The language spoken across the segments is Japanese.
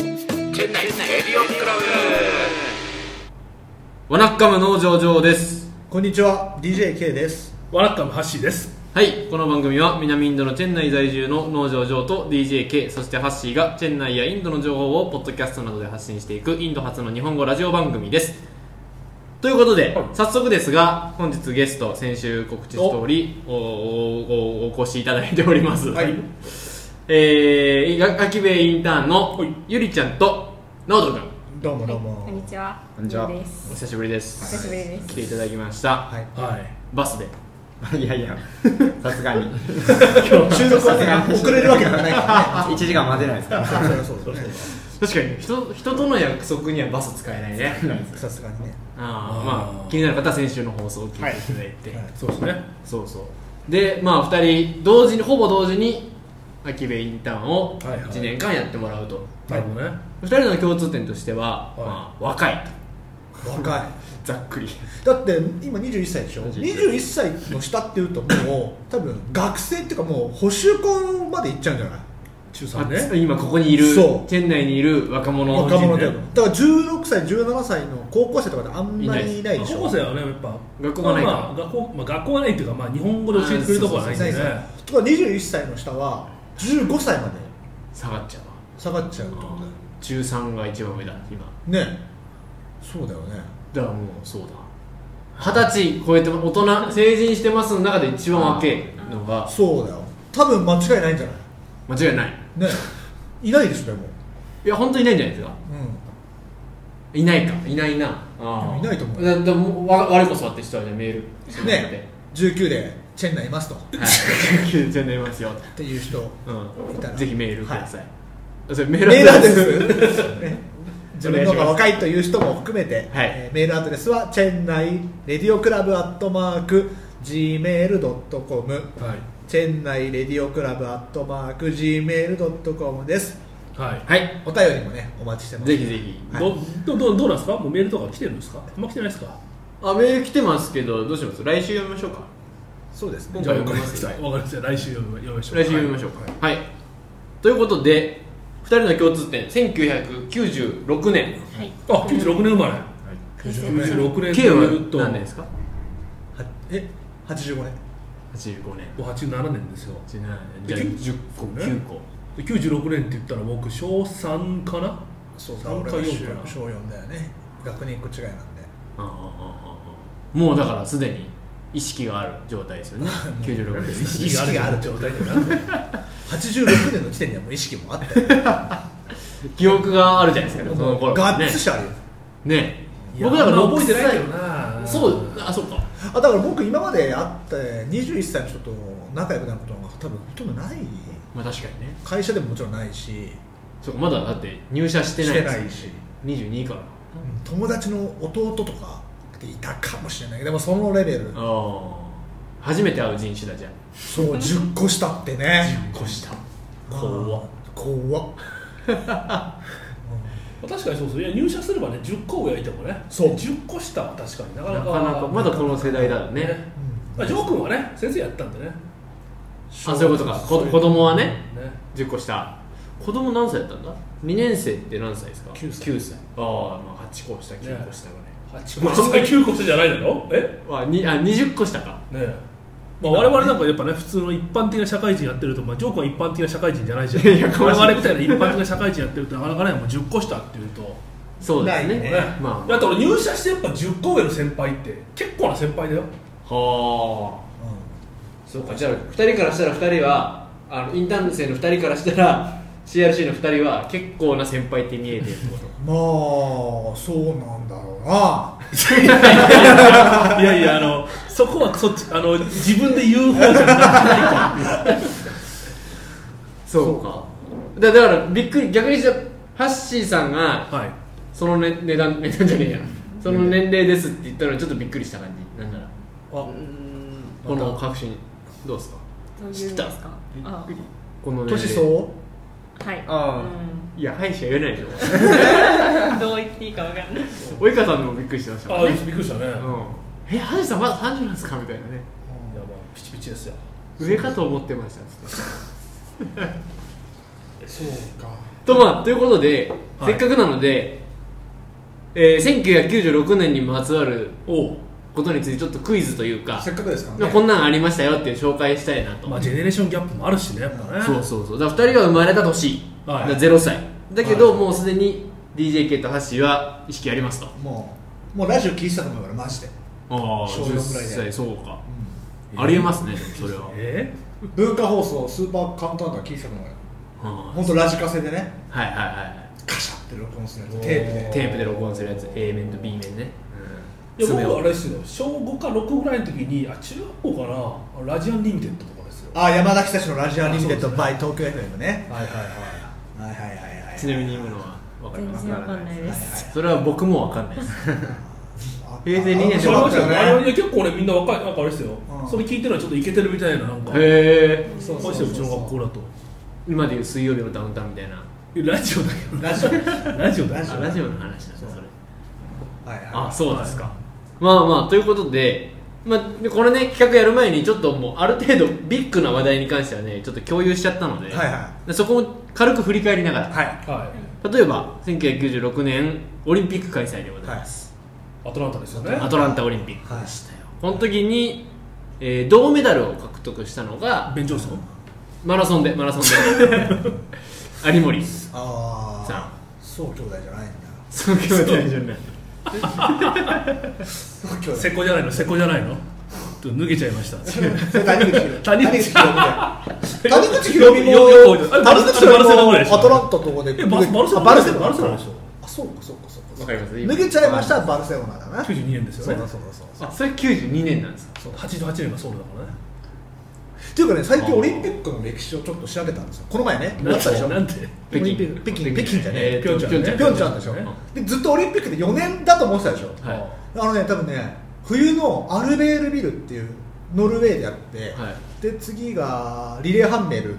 店内エリオンクラブワナッカム農場上ですこんにちは DJK ですワラッカムハッシーですはいこの番組は南インドのチェン内在住の農場上と DJK そしてハッシーがチェン内やインドの情報をポッドキャストなどで発信していくインド初の日本語ラジオ番組ですということで、早速ですが本日ゲスト先週告知した通りおおおお越しいただいておりますはいえー、が秋兵衛インターンのゆりちゃんとノード君どうもどうこんにもちは。こんにちはゆりですお久しぶりです久しぶりです来ていただきましたはいはいバスでいやいやさすがに収録はね遅れるわけではない か1時間待てないですからねそりゃそうだね確かに人人との約束にはバス使えないねさすがにねあああーまあ気になる方は先週の放送を聞いていただいて、はいそうですねそうそうでまあ2人同時にほぼ同時に秋部インターンをはいはい1年間やってもらうと、なるほどね2人の共通点としては、いまあ、若いと若いざっくりだって今21歳でしょ21 21歳の下っていうともう多分学生っていうかもう補習校まで行っちゃうんじゃない中あ3ね 今ここにいるそう県内にいる若者の若者人だねよだから16歳17歳の高校生とかであんまりいないでしょ高校生はねやっぱ学校がないかまあ、学校まあ学校がないっていうかまあ日本語で教えてくれるとこはないんでねそうそうそうとか21歳の下は15歳まで下がっちゃうわ下がっちゃうってことあー中3が一番上だ今だよねそうだよねだからもうそうだ二十歳超えても大人成人してますの中で一番若いのがそうだよ多分間違いないんじゃない間違いないねいないでしょでもいや本当にいないんじゃないですかういないかいないなあーいないと思うだだもうわ我こそはって人はねメールしてんもらってね19でチェンナイいますとっはい 全然いますよ、ていう人いたうらん、ぜひメールください、それメールメールアアドドレレス スね自分の方が若いという人も含めて、はいえーメールアドレスはチェンナイレディオクラブアットマーク Gmail.com はいチェンナイレディオクラブアットマーク Gmail.com ですはいはいお便りもねお待ちしてますぜひぜひはいどどどどうなんですかもうメールとか来てるんですかあんま来てないですかあメール来てますけどどうします来週読みましょうかそうですね今じゃあ回わ読かみりまますしたわかりました来週読みましょう来週読みましょうかはい、ということで2人の共通点1996年はい。あ96年生まれ九十年96年と K はいうと何年ですかはえ85年85年もう87年ですよじゃあ10個ね9個で96年って言ったら僕小3かなそうだ3俺かが4かな小4だよね学年1個違いなんでああああもうだからすでに意識がある状態ですよ ね96年です意識がある状態だよな86年の時点ではもう意識も あったよ記憶があるじゃないですかその頃ガッねツしあるよねいや僕だからあんま覚えてないけど6な歳そうあそうかあだから僕今まで会って21歳の人と仲良くなることは多分ほとんどないまあ確かにね会社でももちろんないしそうかまだだって入社してしなていないし22からうん友達の弟とかっていたかもしれないけどでもそのレベルああ初めて会う人種だじゃそう10個下ってねん10個下怖っ怖っ確かにそうそういや入社すればね10個上はいてもねそう10個下は確かになかななかかなかまだこの世代だよねねまあ、ジョー君はね先生やったんでねあそういうことかこ子供はねね10個下子供何歳だったんだ2年生って何歳ですか9歳歳ああまあ8個下9個下がね8個下9個下じゃないだろえあにあ20個下かねえまあ、我々なんかやっぱね普通の一般的な社会人やってると、まあ、ジョー君は一般的な社会人じゃないじゃんいやかも我しれない々みたいな一般的な社会人やってるとなかなかねもう10個下っていうと、ねそうですねないねねまあだって俺入社してやっぱ10個上の先輩って結構な先輩だ よはあうそうかじゃあ2人からしたら2人はあのインターン生の2人からしたら CRC の2人は結構な先輩って見えてるってことんまあそうなんだろ うないやいやあのそこはそっちあの自分で言う方じゃそうかだだからびっくり逆にじゃハッシーさんがない、はい、その、ね、値段値段じゃねえやその年齢ですって言ったのにちょっとびっくりした感じなんならあこの確信どうですかどういうんですか。あこの年相応はい。あいやはいしか言えないでしょう んどう言っていいかわかんない。及川さんのもびっくりしてましたもあんびねっくりしたうね、いやまんえハッシーさんまだ30なんですかみたいなねあピチピチですよ上かと思ってましたっつってそうかとまあということで、はいせっかくなので、えー1996年にまつわるおうことについてちょっとクイズというかせっかくですからまあねこんなんありましたよっていう紹介したいなと、まあジェネレーションギャップもあるしねやっぱねそうそうそうだから2人が生まれた年、はいだから0歳だけど、はもうすでに DJK とハッシーは意識ありますとももうラジオ聞いてたと思うからマジで、ああ小四ぐらいで10歳そうか、うんありえますねでもそれは、えう文化放送スーパーカウントダウンとか聞いてたと思うようんはい本当ラジカセでねはいはいカシャって録音するやつテープでテープで録音するやつ A 面と B 面ね、いや僕爪をはあれですよ小5か6ぐらいの時にあ中学校かなラジアンリミテッドとかですよあ山田久志のラジアアリニミメテテッッドドババイイ東京 FM ねはいはいははいいはいはいはいちなみに今のは分かり全ます然わかんないですそれは僕も分かんないです平成二年そそううだだっったたよよねあれ結構俺みんな若いなんかあれですようんそれ聞いてるのはちょっとイケてるみたいななんかへえそうそうそううちの学校だと今でいう水曜日のダウンタウンみたいなラジオだけどラジオラジオだラよジあラジオの話なんだそれはいはいあそうですか、まあまあということで,、まあ、でこれね企画やる前にちょっともうある程度ビッグな話題に関してはねちょっと共有しちゃったので,、はいはでそこを軽く振り返りながら、はいは例えば1996年オリンピック開催でございます、いアトランタですよねアトランタオリンピック、はいこの時に、えー銅メダルを獲得したのがベン・ジョンソンマラソンでマラソンで 有森さああんそう兄弟じゃないんだそう兄弟じゃないそう兄弟せっこじゃないのせっこじゃないのちょっと脱げちゃいましたそれ谷 口博谷口博美だよ谷口博美もあれ谷口博バルセロナぐらい美でしょもアトランタとかでえバルバルセあロナバルセロナバルセロナでしょあそうかそうかそうかわかります抜けちゃいましたバルセロナだな92年ですそうよねだそうだそうだあそれ92年なんですかそう88年がソウルだからねっていうかね最近オリンピックの歴史をちょっと調べたんですよこの前ねあったでしょなんてオリンピック北京北京じゃねええーとピョンチャンねピョンチャンでしょ、うんでずっとオリンピックで4年だと思ってたでしょ、はいあのね多分ね冬のアルベールビルっていうノルウェーでやって、はで次がリレーハンメル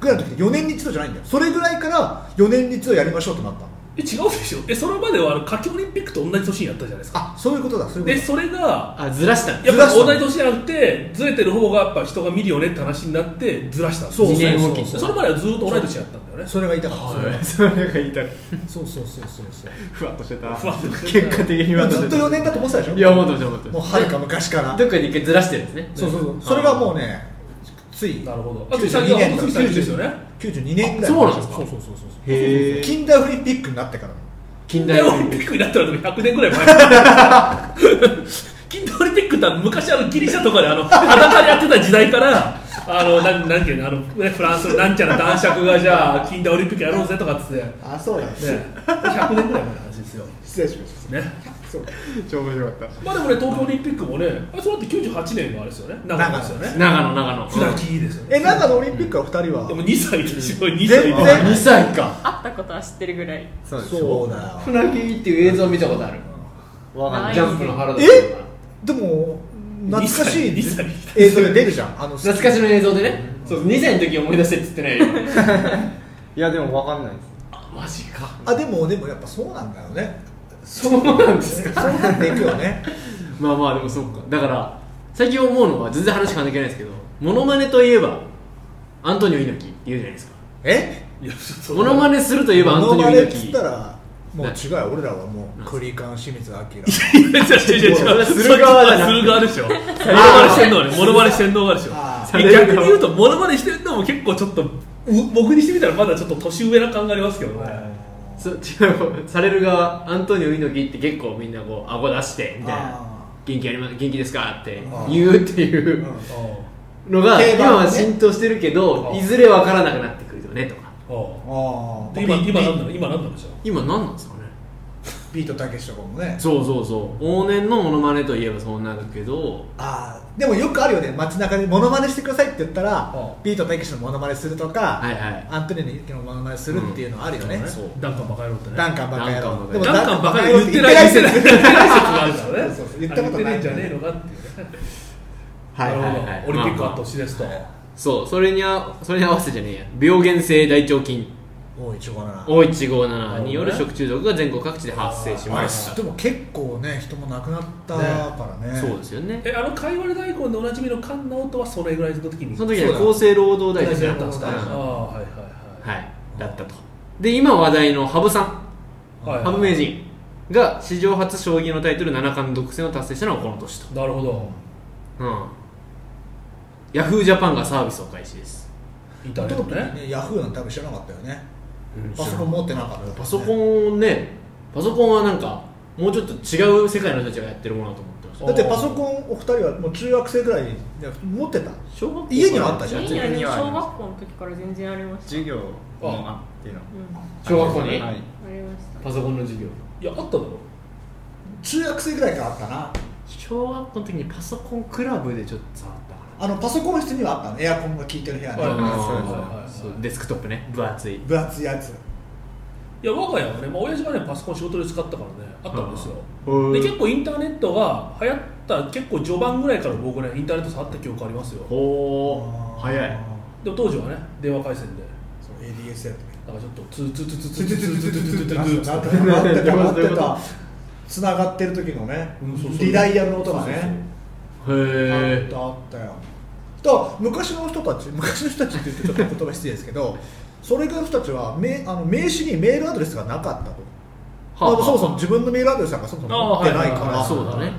ぐらいの時で4年に一度じゃないんだよそれぐらいから4年に一度やりましょうとなったのえ違うでしょえそれまではあの夏季オリンピックと同じ年にやったじゃないですかあそういうことだそういうでことそれがあずらしたんでやすっぱ同じ年じゃなくてずれてる方がやっぱ人が見るよねって話になってずらしたんですよそうそうそう二年おきにそれまではずっと同い年やったんだだよねそれがいたから、それが言いたいそうそうそうそうそうふわっとしてたふわっとしてた結果的にふわっとずしってとた4年だと思ってたでしょいや思ってました思ってもまうしはるか昔からたどっかで一回ずらしてるんですねそうそうそうそれがもうねついなるほどあと最近92は年本当に最近ですよね92年ぐらいそうなんですかそうそうそうそうへえ近代オリンピックになってから近で代オオリリンンピピッッククになったらでも100年ぐらい前 近代オリンピックってあの昔あのギリシャとかであの裸でやってた時代からあのなんなんていうのあのねフランスのなんちゃら男爵がじゃあ近代オリンピックやろうぜとかっつって、ね、あそうだね100年ぐらい前の話ですよ、失礼しましね、たそう超面白かっまあでもね東京オリンピックもねあれそうだって98年があれですよね長野ですよね長野長野船木ですよねえ長野オリンピックは2人は、でも2歳でしょ全2歳で然2歳か会ったことは知ってるぐらいそうですそうだよ船木っていう映像見たことあるわかんないジャンプの原田えでも懐かしい二歳二映像で出るじゃんあの懐かしの映像でねそう2歳の時思い出してって言ってないよ今いやでもわかんないですあマジかあでもでもやっぱそうなんだよねそうなんですそうかなっていくよね まあまあでもそうかだから最近思うのは全然話関係ないですけどモノマネといえばアントニオ猪木って言うじゃないですかえいやそうモノマネするといえばアントモニオノマネっ猪木つったらもう違うよ俺らはもう栗勘清水明 いや違う違う違う違うそれする側だなそっちはする側でしょモノマネしてんのはねモノマネしてんのがでしょあー逆に言うとモノマネしてるのも結構ちょっとう僕にしてみたらまだちょっと年上な感がありますけどねそう違うされる側アントニオ猪木って結構みんなこう顎出してみたいなあ元気あります元気ですかってあー言うっていううんのが定番ね今は浸透してるけどあーいずれ分からなくなってくるよねとかああああで今ビ今なんだろう今なんだろうじゃあ今何なんですかねビートたけしとかもねそうそうそう往年のモノマネといえばそうなるけどああでもよくあるよね街中でモノマネしてくださいって言ったらあビートたけしのモノマネするとか、はいはいアントニオ猪木のモノマネするっていうのはあるよね、そうダンカンバカ野郎ってねダンカンバカ野郎ダンカンバカ野郎ダンカンバカ野郎言ってない言言っっててなないい説があるからねそうそう言ったことないあ言ってねえんじゃねえのかっていうねはいはいなるはいほどオリンピックあった年ですとそうそれにあそれに合わせてじゃねえや病原性大腸菌おいちょこな O157 による食中毒が全国各地で発生しましたでも結構ね人も亡くなったからねそうですよねえあの貝割れ大根でおなじみの菅直人はそれぐらいの時にその時そうはだ厚生労働大臣だだっったたんでんですすかかあらあはいはいはいはいだったとで今話題の羽生さんはい羽生名人が史上初将棋のタイトル七冠独占を達成したのはこの年と、なるほどうん、ヤフージャパンがサービスを開始です、インターネ特ッにトねねヤフーなんて多分知らなかったよねうんパソコン持ってなかった、パソコンをねパソコンはなんかもうちょっと違う世界の人たちがやってるものだと思ってましただってパソコンお二人はもう中学生ぐらいに持ってた小学校から家にはあったじゃんいいのに小学校の時から全然ありました授業のあっていうのうんあ小学校にはいりましたパソコンの授業いやあっただろ中学生ぐらいからあったな小学校の時にパソコンクラブでちょっと触ったかあのパソコン室にはあったのエアコンが効いてる部屋はいはいにはいはいなそうデスクトップね分厚い分厚いやついや我が家はね、まあ、親父がねパソコン仕事で使ったからねあったんですようんで結構インターネットが流行った結構序盤ぐらいから僕ねインターネット触った記憶ありますよほー早いでも当時はね電話回線でそう ADSL とかなんかちょっとツーツーツーツーツつーつツつーツつーつつつツーツーツーなっツーツーツてーたなってたなってどういうこたとつながってる時のねうんそうそうリダイヤルの音がねあっへえたあったよと昔の人たち昔の人たちって言ってちょっと言葉失礼ですけどそれぐらいの人たちはめあの名刺にメールアドレスがなかったと、まあそもそも自分のメールアドレスなんかそもそも持ってないから、あーはいはいはいそうだね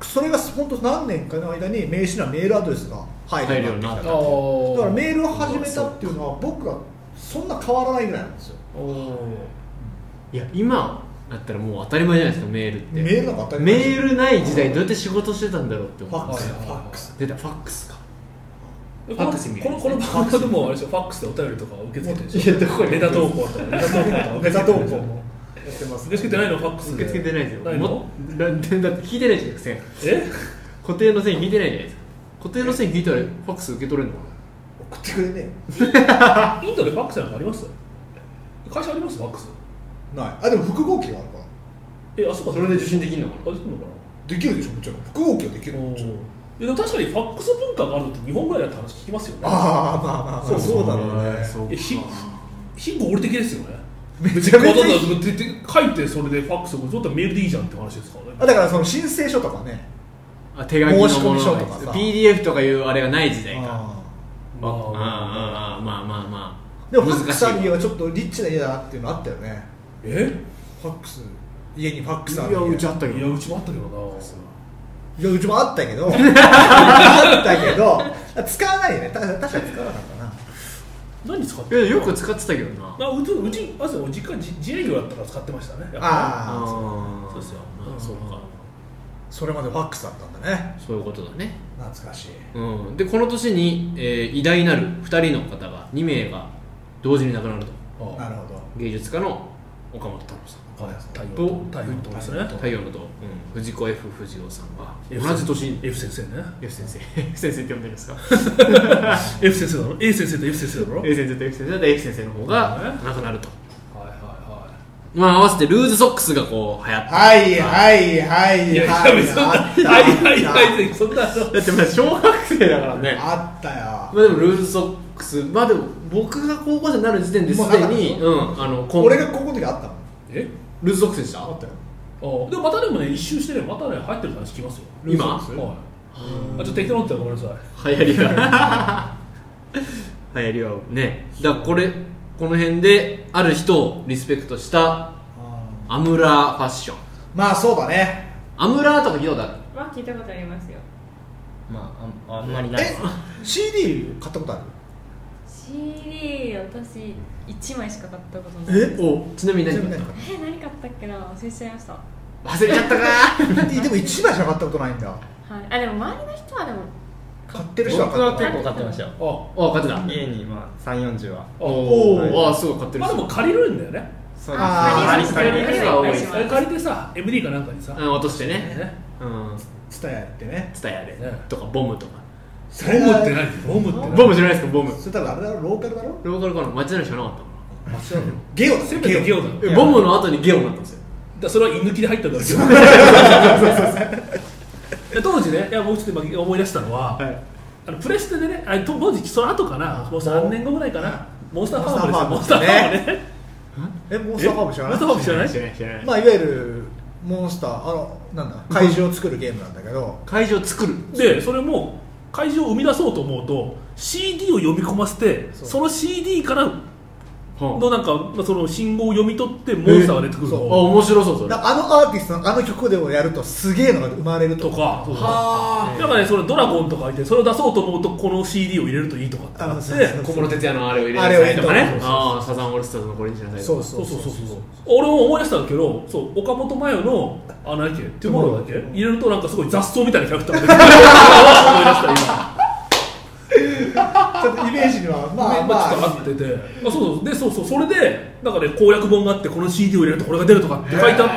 それが本当何年かの間に名刺にはメールアドレスが入るようになって入るきたよだーからメールを始めたっていうのは僕はそんな変わらないぐらいなんですよおーいや今だったらもう当たり前じゃないですかメールってメールなんか当たりメ前ールない時代どうやって仕事してたんだろうってファ思ッっクスはいフはいはァいックスて出たファックスかフこァのックスみたこいなのねこの番組でもあれですよファックスでお便りとか受け付けてるでしいやどこょネタ投稿とかネタ投稿とかネタ投稿受もやってますけ付けてないのファックス受け付けてないですよないものだってだって聞いてないじゃん線え固定の線引いてないじゃないですか固定の線引いたらファックス受け取れるのかな送ってくれねインドでファックスなんかあります会社ありますファックスえよないあでも複合機があるからえあそうかそれで受信できるのかなあできるのかなできるでしょもちろん複合機はできるもちろんでも確かにファックス文化があるのって日本ぐらいだって話聞きますよねああまあまあまあそうそうだろうねそういや非か非合理的ですよねめちゃめちゃわざわざ書いてそれでファックス送るちょっとメールでいいじゃんって話ですからあだねからその申請書とかねあ手紙の申し込もみの書とかさ PDF とかいうあれがない時代かあああああまあまあまあーでもファックスあ難るしい家はちょっとリッチな家だなっていうのあったよねえファックス家にファックスあるいや家うちあったけいやどうちもあったけどないやうちもあったけど あったけど使わないよねた確かに使わなかったな何使っいてやるよく使ってたけどなまあ、うちうちあそう実家自自営業だったから使ってましたねやっぱりあああそうですよまあそうかそれまでファックスだったんだねそういうことだね懐かしいうんでこの年に、えー偉大なる2人の方が2名が同時に亡くなるとあなるほど芸術家の岡本太郎さんあはい太陽とと太陽とですね太陽の塔、藤子 F 不二雄さんは F 同じ年に F 先生ね F 先生 F 先生って呼んでるんですか F 先生だろ A 先生と F 先生だろ A 先生と F 先生で F 先生の方が亡くなると、はいはまあ合わせてルーズソックスがこう流行ったはいはいはいいやいはやい別にそんなあったはいはいはいってそんなあのだってまあ小学生だからねあったよまあでもルーズソックスまあでも僕が高校生になる時点ですでにうんあのこん俺が高校の時あったもんえルーズソックスでしたあったよあでもまたでもね一周してねまたね入ってる話聞きますよ今はいあちょっと適当になってたらごめんなさい流行りは流行りはねだからこれこの辺である人をリスペクトしたアムラーファッションまあそうだねアムラーとか聞いたことあるまあ聞いたことありますよまああんあんまりないえ CD 買ったことある CD 私1枚しか買ったことないえおちなみにち何なみに何買っえ何買ったっけな忘れちゃいましたは忘れちゃ ったかたでも一枚しか買ったことないんだいあでも周りの人はでも買ってる僕人は買はった結構買ってましたよああお勝てた家にまあ3 4 0はおーあすごい買ってるまあでも借りるんだよねそうあですね借りる借り人るが多いあれ借りてさ MD かなんかにさうん落としてねねうんツタヤってねツタヤでねとかボムとかそボれムはって何ボムって何ボムじゃないですかボムそれ多分あれだろローカルだろローカルかな街なのしかなかったもんゲオだせめてゲオだろだかえボムの後にゲオになったんですよらそれは居抜きで入ったんだけどで 当時ねいや僕ちょっと今思い出したのは、はいあのプレステでねあれと当時その後かなもう3年後ぐらいかなモンスターファームですよモンスターファームねえモンスターファーム知らモンスターファーム知らない知らない知らないまあいわゆるモンスターあのなんだ怪獣を作るゲームなんだけど会場作るでそれも会場を生み出そうと思うと CD を読み込ませてその CD からはあのなんか、まあ、その信号を読み取ってモンスターが出てくるあの面白そうそれだあのアーティストのあの曲でもやるとすげえのが生まれるととかそうはあだからねそれドラゴンとかいてそれを出そうと思うとこの CD を入れるといいとかってあなのってそうそうそう小室哲哉のあれを入れなあれを入さいれとたかねそうそうそうああサザンオールスターズのこれにしなさいとかそうそうそうそう俺も思い出したんだけどそう岡本真代のあ何だっけトゥモローだっけうん入れるとなんかすごい雑草みたいなキャラクターが出てくる思い出した今ちょっとイメージにはまあまあ、ままあ、ってて、あ、そうそうでそうそうそれでなんかね攻略本があってこの CD を入れるとこれが出るとかって書いてあっ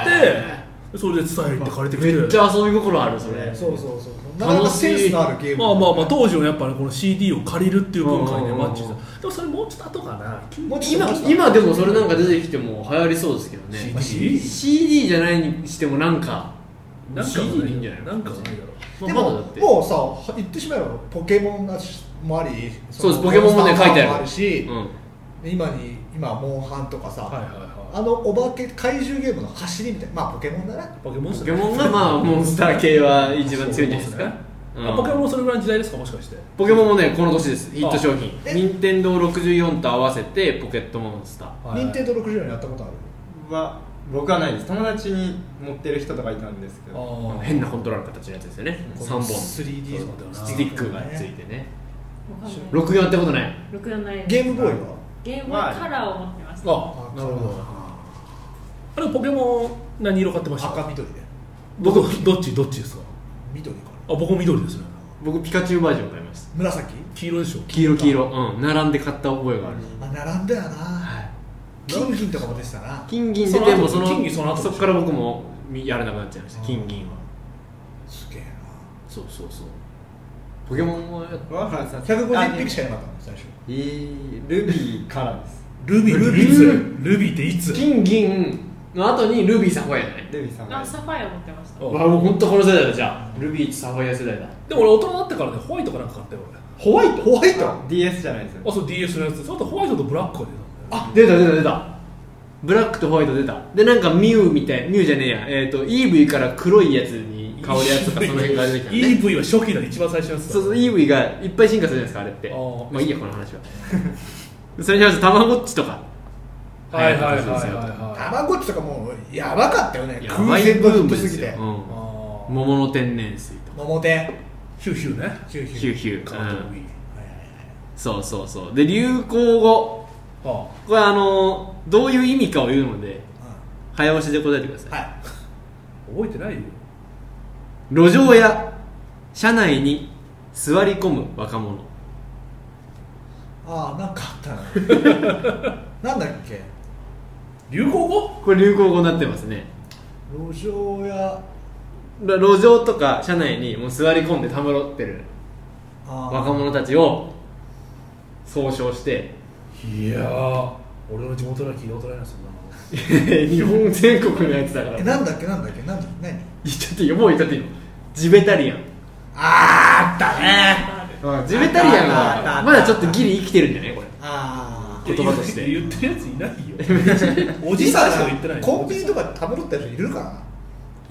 て、それで伝えるって借りてきてめっちゃ遊び心あるそれあそうそうそうなかなかセンスのあるゲームまあまあまあ当時のやっぱりこの CD を借りるっていう文化にねうんマッチしたでもそれもうちょっと後かなもうちょっ今と待って今でもそれなんか出てきても流行りそうですけどね CD? CD じゃないにしてもなんかなんか CD でいいんじゃないなんかはないだまあでろまだもだってもうさ言ってしまえばポケモンがもありそうですのポケモンもね書いてあるあるしうん今に今モンハンとかうはいさはいはあのお化け怪獣ゲームの走りみたいなまあポケモンだないポケモンポっすケねモンがまあモンスター系は一番強いんじゃないですそうかうんあポケモンもそれぐらいの時代ですかもしかしてポケモンもねこの年ですヒット商品あえ任天堂64と合わせてポケットモンスター任天堂64にやったことあるは僕はないです友達に持ってる人とかいたんですけどあ変なコントローラーの形のやつですよね3本 3D そうだよなスティックがついてねわかんない64やったことない録画ないですゲームボーイはゲームボーイカラーを持ってましたあなるほどあれポケモン何色買ってました赤緑で僕どっちどっちですか緑かなあ僕も緑ですね僕ピカチュウバージョン買いました紫黄色でしょ黄色黄色うん並んで買った覚えがあるあ並んだよなはい金銀とかも出てたな金銀出てもそそのの後金銀その後でしそょこから僕もやれなくなっちゃいました金銀はすげえなそうそうそうポケモンはやっわからんさ150匹しかいなかったの最初えールビーからですルビールルビビーーってルビーっていつ金銀の後にルビーサファイアじゃないルビーさんがあサファイア持ってましたあわもう本当この世代だじゃあルビーサファイア世代だでも俺大人になってからねホワイトかなんか買ったよホワイトホワイト DS じゃないですよ俺あそう DS のやつその後ホワイトとブラックが出たんだよあ出た出た出たブラックとホワイト出たでなんかミュウみたいミュウじゃねえやえっ、とイーブイから黒いやつに変わるやつとかその辺が出て きたね EV は初期だね一番最初のやつだそうそうイーブイがいっぱい進化するじゃないですかああれってーまあいいやこの話はそれに合わせてたまごっちとかはいはいはいはい流行ったやつですよたはまごっちとかもうやばかったよねやば空い前ブのヒーッムトですぎすてよ、うんい、あー桃の天然水と桃手ヒューヒューねヒューヒューヒュカーー、ドうウんィーそうそうそうで流行語はこれあのーどういう意味かを言うので早押しで答えてください、はいあ覚えてないよ路上や車内に座り込む若者ああなんかあったななんだっけ流行語これ流行語になってますね路上やだ路上とか車内にもう座り込んでたむろってるあー若者たちを総称して いやー俺の地元では聞いたことないなそんなの日本全国のやつだからえ言っなんだっけなんだっけなんだっけ何ちゃっていいよもう言っちゃっていいのジベタリアンあーあったねジベタリアンあったあったあはったまだちょっとギリ生きてるんじゃないこれああ言葉として 言ってるやついな いよおじさんしか言ってないよコンビニとかでたむろってやついるかな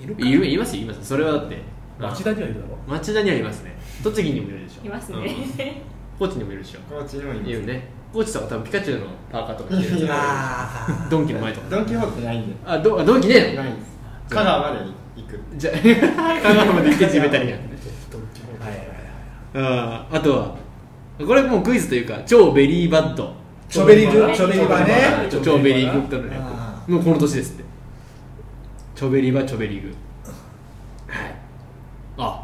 いるかいるいますいますそれはだって町田にはいるだろ町田にはいますね栃木にもいるでしょいますね、高知にもいるでしょこっちにもいますいるね高知とか多分ピカチュウのパーカーとか着てるいややあつドンキの前とかドン・キホーテないんであどあドンキねえのないです香川まで行くじゃあ香川まで行ってジベタ リアンあはいはいはいあーあとはこれもうクイズというか超ベリーバッドチョベリチョベブリチョベリバねちょ超ベリーグッドの略あもうこの年ですってチョベリーはチョベリーグはいあ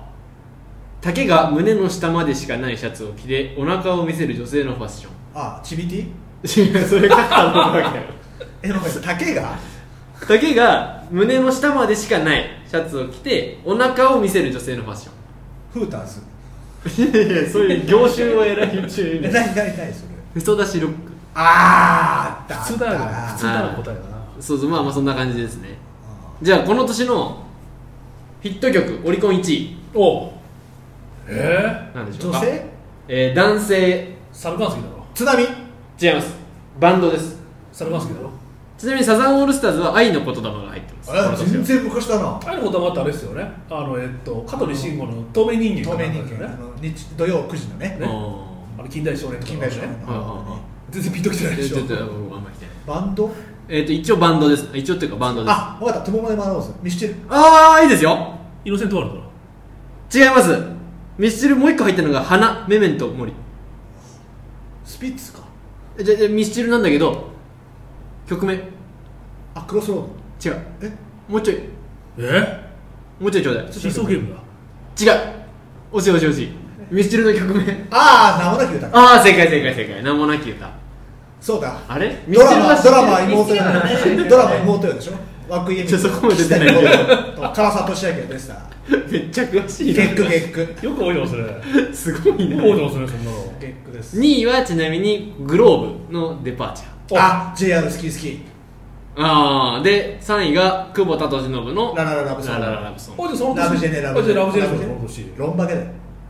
丈が胸の下までしかないシャツを着てお腹を見せる女性のファッ ションあチビティ違うそれ勝ったのわけよえなんか竹が丈が胸の下までしかないシャツを着てお腹を見せる女性のファッションフーターズいやいやそういう業種を選びえ中何何何それへそ出しロックあーあった普通だよねあ普っ通ただな答えだなそうそうまあまあそんな感じですねじゃあこの年のヒット曲オリコン1位おうえなんでしょう女か性えー男性ー、サルカンスキーだろ津波違いますバンドですサルカンスキーだろちなみにサザンオールスターズは愛の言霊が入ってますあ全然昔だなあれのことはまたあれですよねあのえっと香取慎吾の透明人間透か明なんか人です間よあねの日土曜9時のねおーあの近代少年とか金のメダルねはいはいは全然ピンときてないえでしちょょっとあんまり来てないバンドえっと一応バンドです一応っていうかバンドですああ分かったトゥモモネマローズミスチルあーいいですよイノセントワールドだ違いますミスチルもう一個入ってるのが花メメント森スピッツかえじゃじゃミスチルなんだけど曲名違うあクロスロードえもうちょいえもうちょいちょうだいシーソーゲームだ違う惜しい惜しい惜しいミスチルの曲名ああ名もなき歌ああ正解正解正解何もなき歌そうだあれミドスチラルマはドラマ妹よねドラマ妹よでしょ涌井美ちょそこまで出てないけど唐沢俊明が出てた めっちゃ詳しいゲックゲックよく覚えてますねなすご いよなく覚えてますねそんなのゲックです2位はちなみにグローブのデパーチャーあ JR 好き好きああで3位が久保田利伸のララララブソングラララブソングあじゃあその年ラブジェネラブジェネあじゃあラブジェネラブジェネロンバケだよ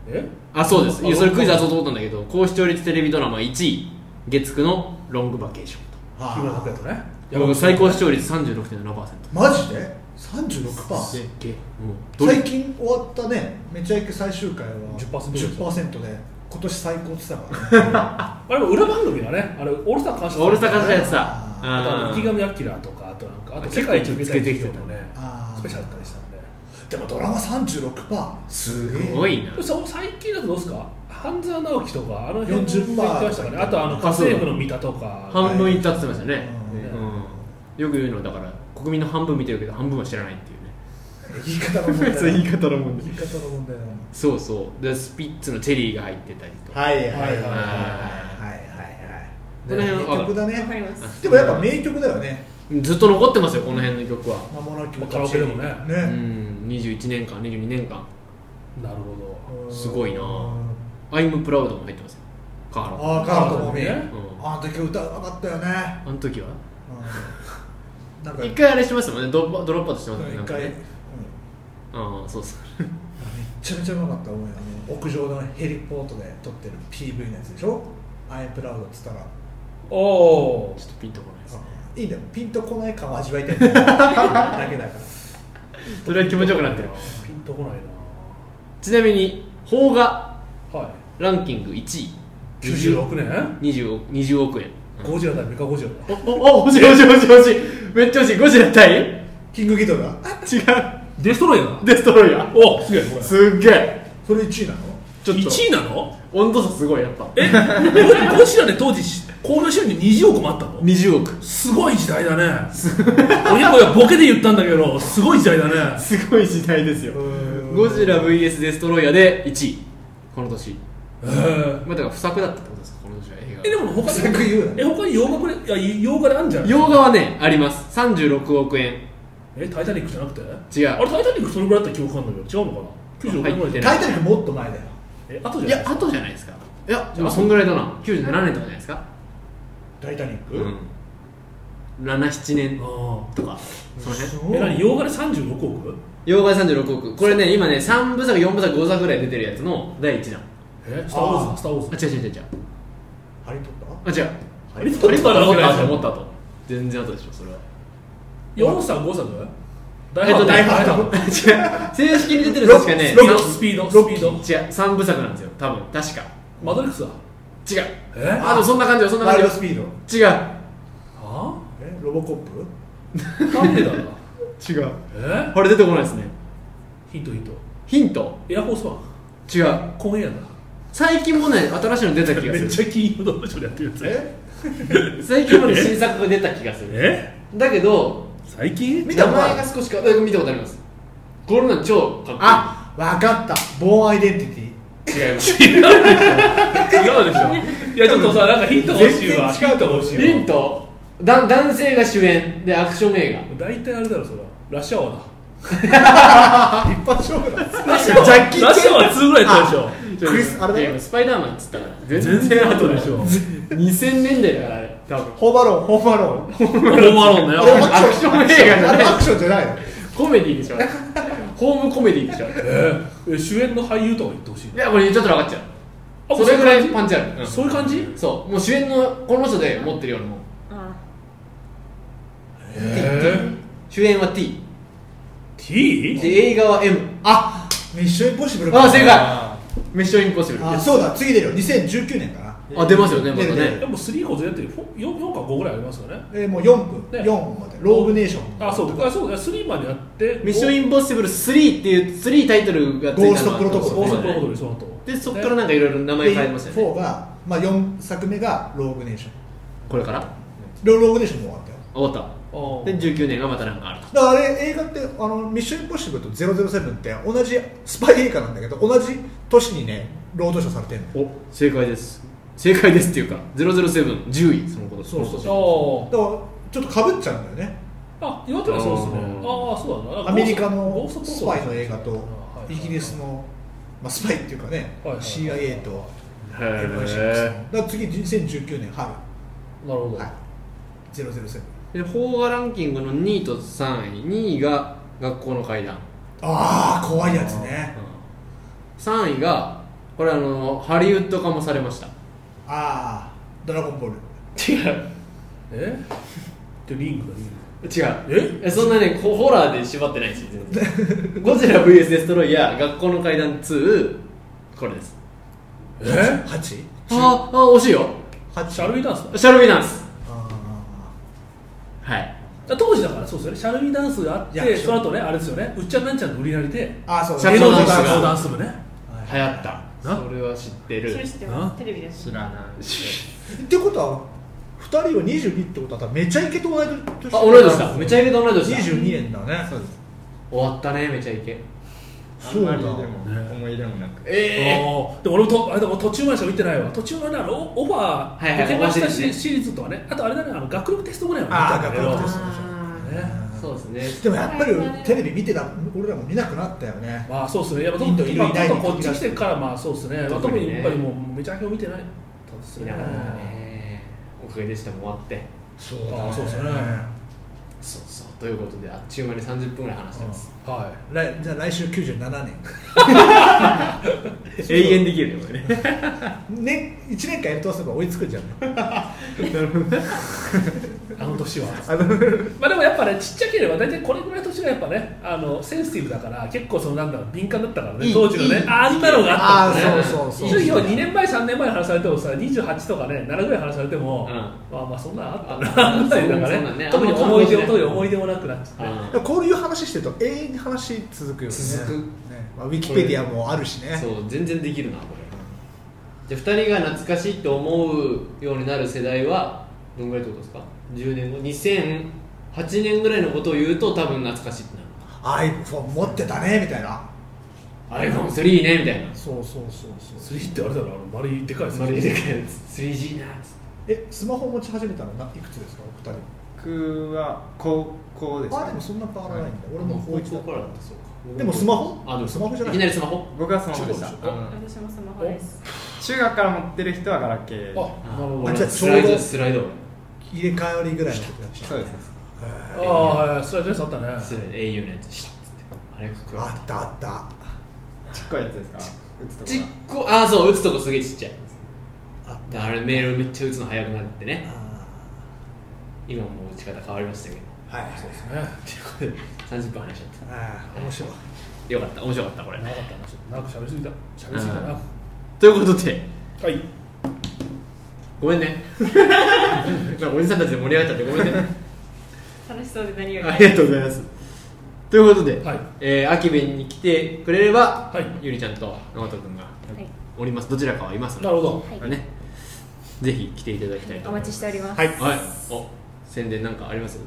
えあそうですいやあそれクイズ遊ぼうと思ったんだけど高視聴率テレビドラマ1位月9のロングバケーションはあ木村拓哉とねと僕最高視聴率36.7%マジで36%すっげえもうどれ最近終わったねめちゃイケ最終回は10% 10%で今年最高って言ってたからねあれも裏番組だねあれオールスター感謝オールスター感謝やつだああとあのあ池上彰とかあとなんかあと世界一受けたい企業のねあースペシャルだったりしたんででもドラマ36%すすごご いいなそう最近だとどうですか半沢直樹とかあの辺も40%行ってましたからねあとあのあそう家だ政婦の三田とか半分いったって言ってましたね、うんうん、よく言うのはだから国民の半分見てるけど半分は知らないっていうね言い方の問題言い方の問題言い方の問題だなそうそうでスピッツのチェリーが入ってたりとか、はいはいはいはいはいこのはい辺は名曲だわかりねますでもやっぱ名曲だよねずっと残ってますよこの辺の曲は、間もなきカラオケでもねうねん、21年間22年間なるほどすごいなうん「I'm proud」も入ってますよカーロああカラトもみねあの時歌うまかったよねあの時はうんなんか一回あれしてましたもんねドロップドロップアウトしてましたもんねなん一か回うんねああそうそうめちゃめちゃうまかった思いあの屋上のヘリポートで撮ってる PV のやつでしょ「IamProud」っつったらおおちょっとピンとこないですあいいんだよピンとこない感を味わいたいんだよだけだからそれは気持ちよくなってるピンとこないなちなみに邦画はいランキング1位96年 20, 億20億円ゴジラ対メカゴジラだおおお欲しい欲しい欲しい欲しいめっちゃ欲しいゴジラ対違うキングギドラデストロイヤーだデストロイヤーおすげえこれすっげえそれ1位なのちょっと1位なの温度差すごいやっぱえゴジラで当時興行収入20億もあったの20億すごい時代だね 俺今ボケで言ったんだけどすごい時代だねすごい時代ですよゴジラ VS デストロイヤーで1位この年えーまあだから不作だったってことですかこの年は映画えでも他全く言うなにえ他に洋画これいや洋画であるんじゃない洋画はねあります36億円えタイタニックじゃなくて違うあれタイタニックそれぐらいだった記憶あるんだけど違うのかな96年ぐらい入ってでないタイタニックもっと前だよえあといじゃやないあとじゃないですかいやでもそんぐらいだな97年とかじゃないですかタイタニック、うん77年あとかその辺ーえ何洋画で36億洋画で36億これね今ね3部作4部作5作ぐらい出てるやつの第1弾えスター・ウォーズスター・ウォーあズ違う違う違う違うハリー・ポッタあ違うハリーポッターハリーポッターだだとと思思ったと全然後でしょそれは4作5作えっとね大ハーフ 違う正式に出てるの確かねスピードスピードスピード違う3部作なんですよ多分確かマトリックスだ違うえあでもそんな感じよそんなーワ感イじルよドスピード違うあえロボコップなんでだろう違うえこれ出てこないですねヒントヒントヒントエアフォースワン違うコンエアだ最近もね新しいの出た気がめっするちゃ金融道場でやってるやつえ最近まで新作が出た気がするえだけど最 近見た名ことある前が少しかえ見たことありますこれなん超かっこいいあわかったボーンアイデンティティ違います違うでしょ違うでしょいやちょっとさなんかヒント欲しいわヒント欲しヒいントだ男性が主演でアクション映わ大体あれだろそれはラッシャーワーだ一発勝負だラッシャーワジャッキーチェンラッシャーワー2ぐらいやったでしょ画クリスあれだよ違うスパイダーマンっつったから全然後でしょ2000年代だからあれ多分ホーバロンホーバロンホームアローンだあれよアクション映画じゃあないれアクションじゃないのコメディで しょホームコメディでしょいえーえ主演の俳優とか言ってほしいやこれ言っちゃったら分かっちゃあうそれぐらいそういうパ感ンチあるじそういう感じそうもう主演のこの人で持ってるようなもんあえ主演は T T? で映画は M あミッションインポッシブルあ正解ミッションインポッシブルあそうだ次出るよ2019年かなあ出ますよねまた出るねでも3保全やってる4か5ぐらいありますよねえーもう4分、ね4までローグネーションあそうあそうだ3までやってミッションインポッシブル3っていう3タイトルがついたのゴーストプロトコルゴーストそうだプねロトコルその後でそこからなんかいろいろ名前変えましたよね4が、まあ、4作目がローグネーションこれからロローグネーションも終わったよ終わったで19年がまたなんかあるだからあれ映画ってあの「ミッション・インポッシブル」と「007」って同じスパイ映画なんだけど同じ年にね労働者されてるのだかお正解です正解ですっていうか0070位そのことそうそうそとらちょっとかぶっちゃうんだよねあ岩手はそうですねあーああそうだなアメリカゴのーストスプロパイトコのル映画とイギリスの、まあ、スパイっていうかね、はいはい CIA とへえ MI6 のだから次2019年春、なるほど、はい、007で邦画ランキングの2位と3位2位が学校の階段ああ怖いやつね3位がこれあのハリウッド化もされましたああドラゴンボール違うえ でリングだリン違うグええそんなねこホラーで縛ってないし全然ゴジラ VS デストロイヤー学校の階段2これですえあ 8? ーあー惜しいよシャルウィダンスだシャルビナンスあはい当時だからそうですよねシャルウィダンスがあっいやてその後ねあれですよねうっちゃんなんちゃんの売りなりでーあーそうシャル芸ウィ能ダン人スがが相談するね流行ったなそれは知ってそれる知ってなますテレビです知らないってことは2人を22ってことは多分めちゃイケと同じ年あ同い年だめちゃイケと同い年だ終22年だねそうですわったねめちゃイケあんそうまだりでも思い入れもなくええあーでも俺もとあでも途中までしか見てないわ途中まであのオオファはいはいー受けましたオファーシリーズねしシリーズとかねあとあれだねあの学力テストぐらいは見たんだけどあー学力テスねそうですねでもやっぱりテレビ見てた俺らも見なくなったよねまあそうですねやっぱインドいるまあいないちょっとこっち来てからまあそうですねまあ特特ににねやっぱりもうめちゃくちゃ見てないそうですいねやーねおかげでしたも終わってそうだねそうですねそうそうということであっちゅう間に30分ぐらい話してますは来じゃあ来週97年 永遠できるねこれねね1年間やり通せば追いつ くじゃんいあの年はまあでもやっぱねちっちゃければ大体これぐらいの年がやっぱねあのセンシティブだから結構そのなんだろう敏感だったからねいい当時のいいねああんなのがあったんですね あーそ うそうそうそれ要は2年前3年前の話されてもさ28とかね7ぐらい話されても、うんまあまあそんなんあったあなそうみたいなそうだねね 特に思い出あんま感動しもない特に思い出もなくなっちゃってあこういう話してると永遠に話続くよね続くねまあ、ウィキペディアもあるしーねそう全然できるなこれじゃあ2人が懐かしいと思うようになる世代はどんぐらいってことですか10年後2008年ぐらいのことを言うと多分懐かしいってなる iPhone 持ってたねみたいな iPhone3 ねみたいなそうそうそうそう3ってあれだろあの丸いでかいやつまるででかいやつ 3G なっつってえスマホ持ち始めたのないくつですかお二人僕は高校ですあでねもそんな変わらないんだ、俺ももう高一高だ校からだったそうかでもスマホあでもスマホじゃないいきなりスマホ僕はスマホでしたそうあの私もスマホです中学から持ってる人はガラケーあなるほどあじゃあスライドスライド入れ替わりぐらいの時だったそうですねああはいスライドレスあったねスライド au のやつシャッつってあれかっこよかったあったあったちっこいやつですか打つとちっここあそう打つとこすげえちっちゃいあっだからあれメールめっちゃ打つの早くなってねあ今もう打ち方変わりましたけど ーはいそうですねということで30分話しちゃっあー面白いたよかった面白かったこれ長かったなちょっと長く喋りすぎた喋りすぎたなうんということではいごめん ねなんかおじさんたちで盛り上がっちゃってごめんね楽しそうで何よりありがとうございますということで、はいえー、秋弁に来てくれれば、はいゆりちゃんと直人君がはいおりますどちらかはいますのでなるほどはいねぜひ来ていただきたいとお思いま待ちすしております、はいはいお宣伝なんかあります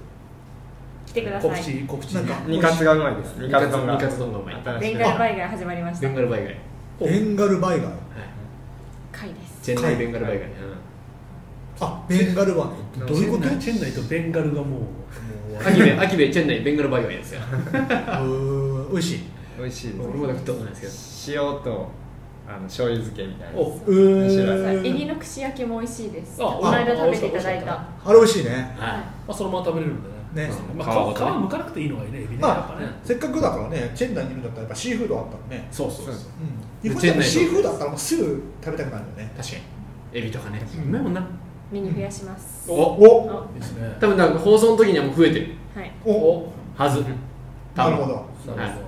来てください告知告知なんかろ二カツがうまいです二カツ丼が二カツ丼がうまい新しベンいガルバイが始まりましたベンガルバイガイベンガルバイガー回ですチェンナイベンガルバイガイ、うんあベンガルバイガーどういうことチェンナイチェンナイとベンガルがもう秋部、秋部、チェンナイ、ベンガルバイガイですよ。うーん美味しい美味しいで俺まだ食ったことないですす塩とあの醤油漬けみたいなおうエビーんの串焼きも美味しいですあこの間食べていただい美味しかたあれ美味しいねけど。はい。まあそのまま食べれるんでねねうんま皮ごあ、皮とね皮むかなくていいのがいいねエビねやっまぱあねせっかくだからねチェンダーにいるんだったらやっぱシーフードあったのねそうそうそう。日本チェン人ナイシーフードあったらもうすぐ食べたくなるよね確かに。エビとかね。うまいもんな。メニュー増やしますおおあいいですね多分、なんか放送の時にはもう増えてるはいおおはず。なるほどなるほど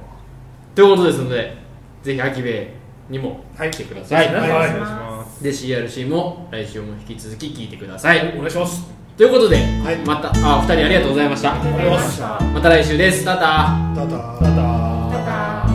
ということですので、ぜひ秋部にも来てください。お願いしますお願いしますで CRC も来週も引き続き聞いてくださいお願いしますということで、はいまたあお二人ありがとうございましたありがとうございましたまた来週ですタタただただただ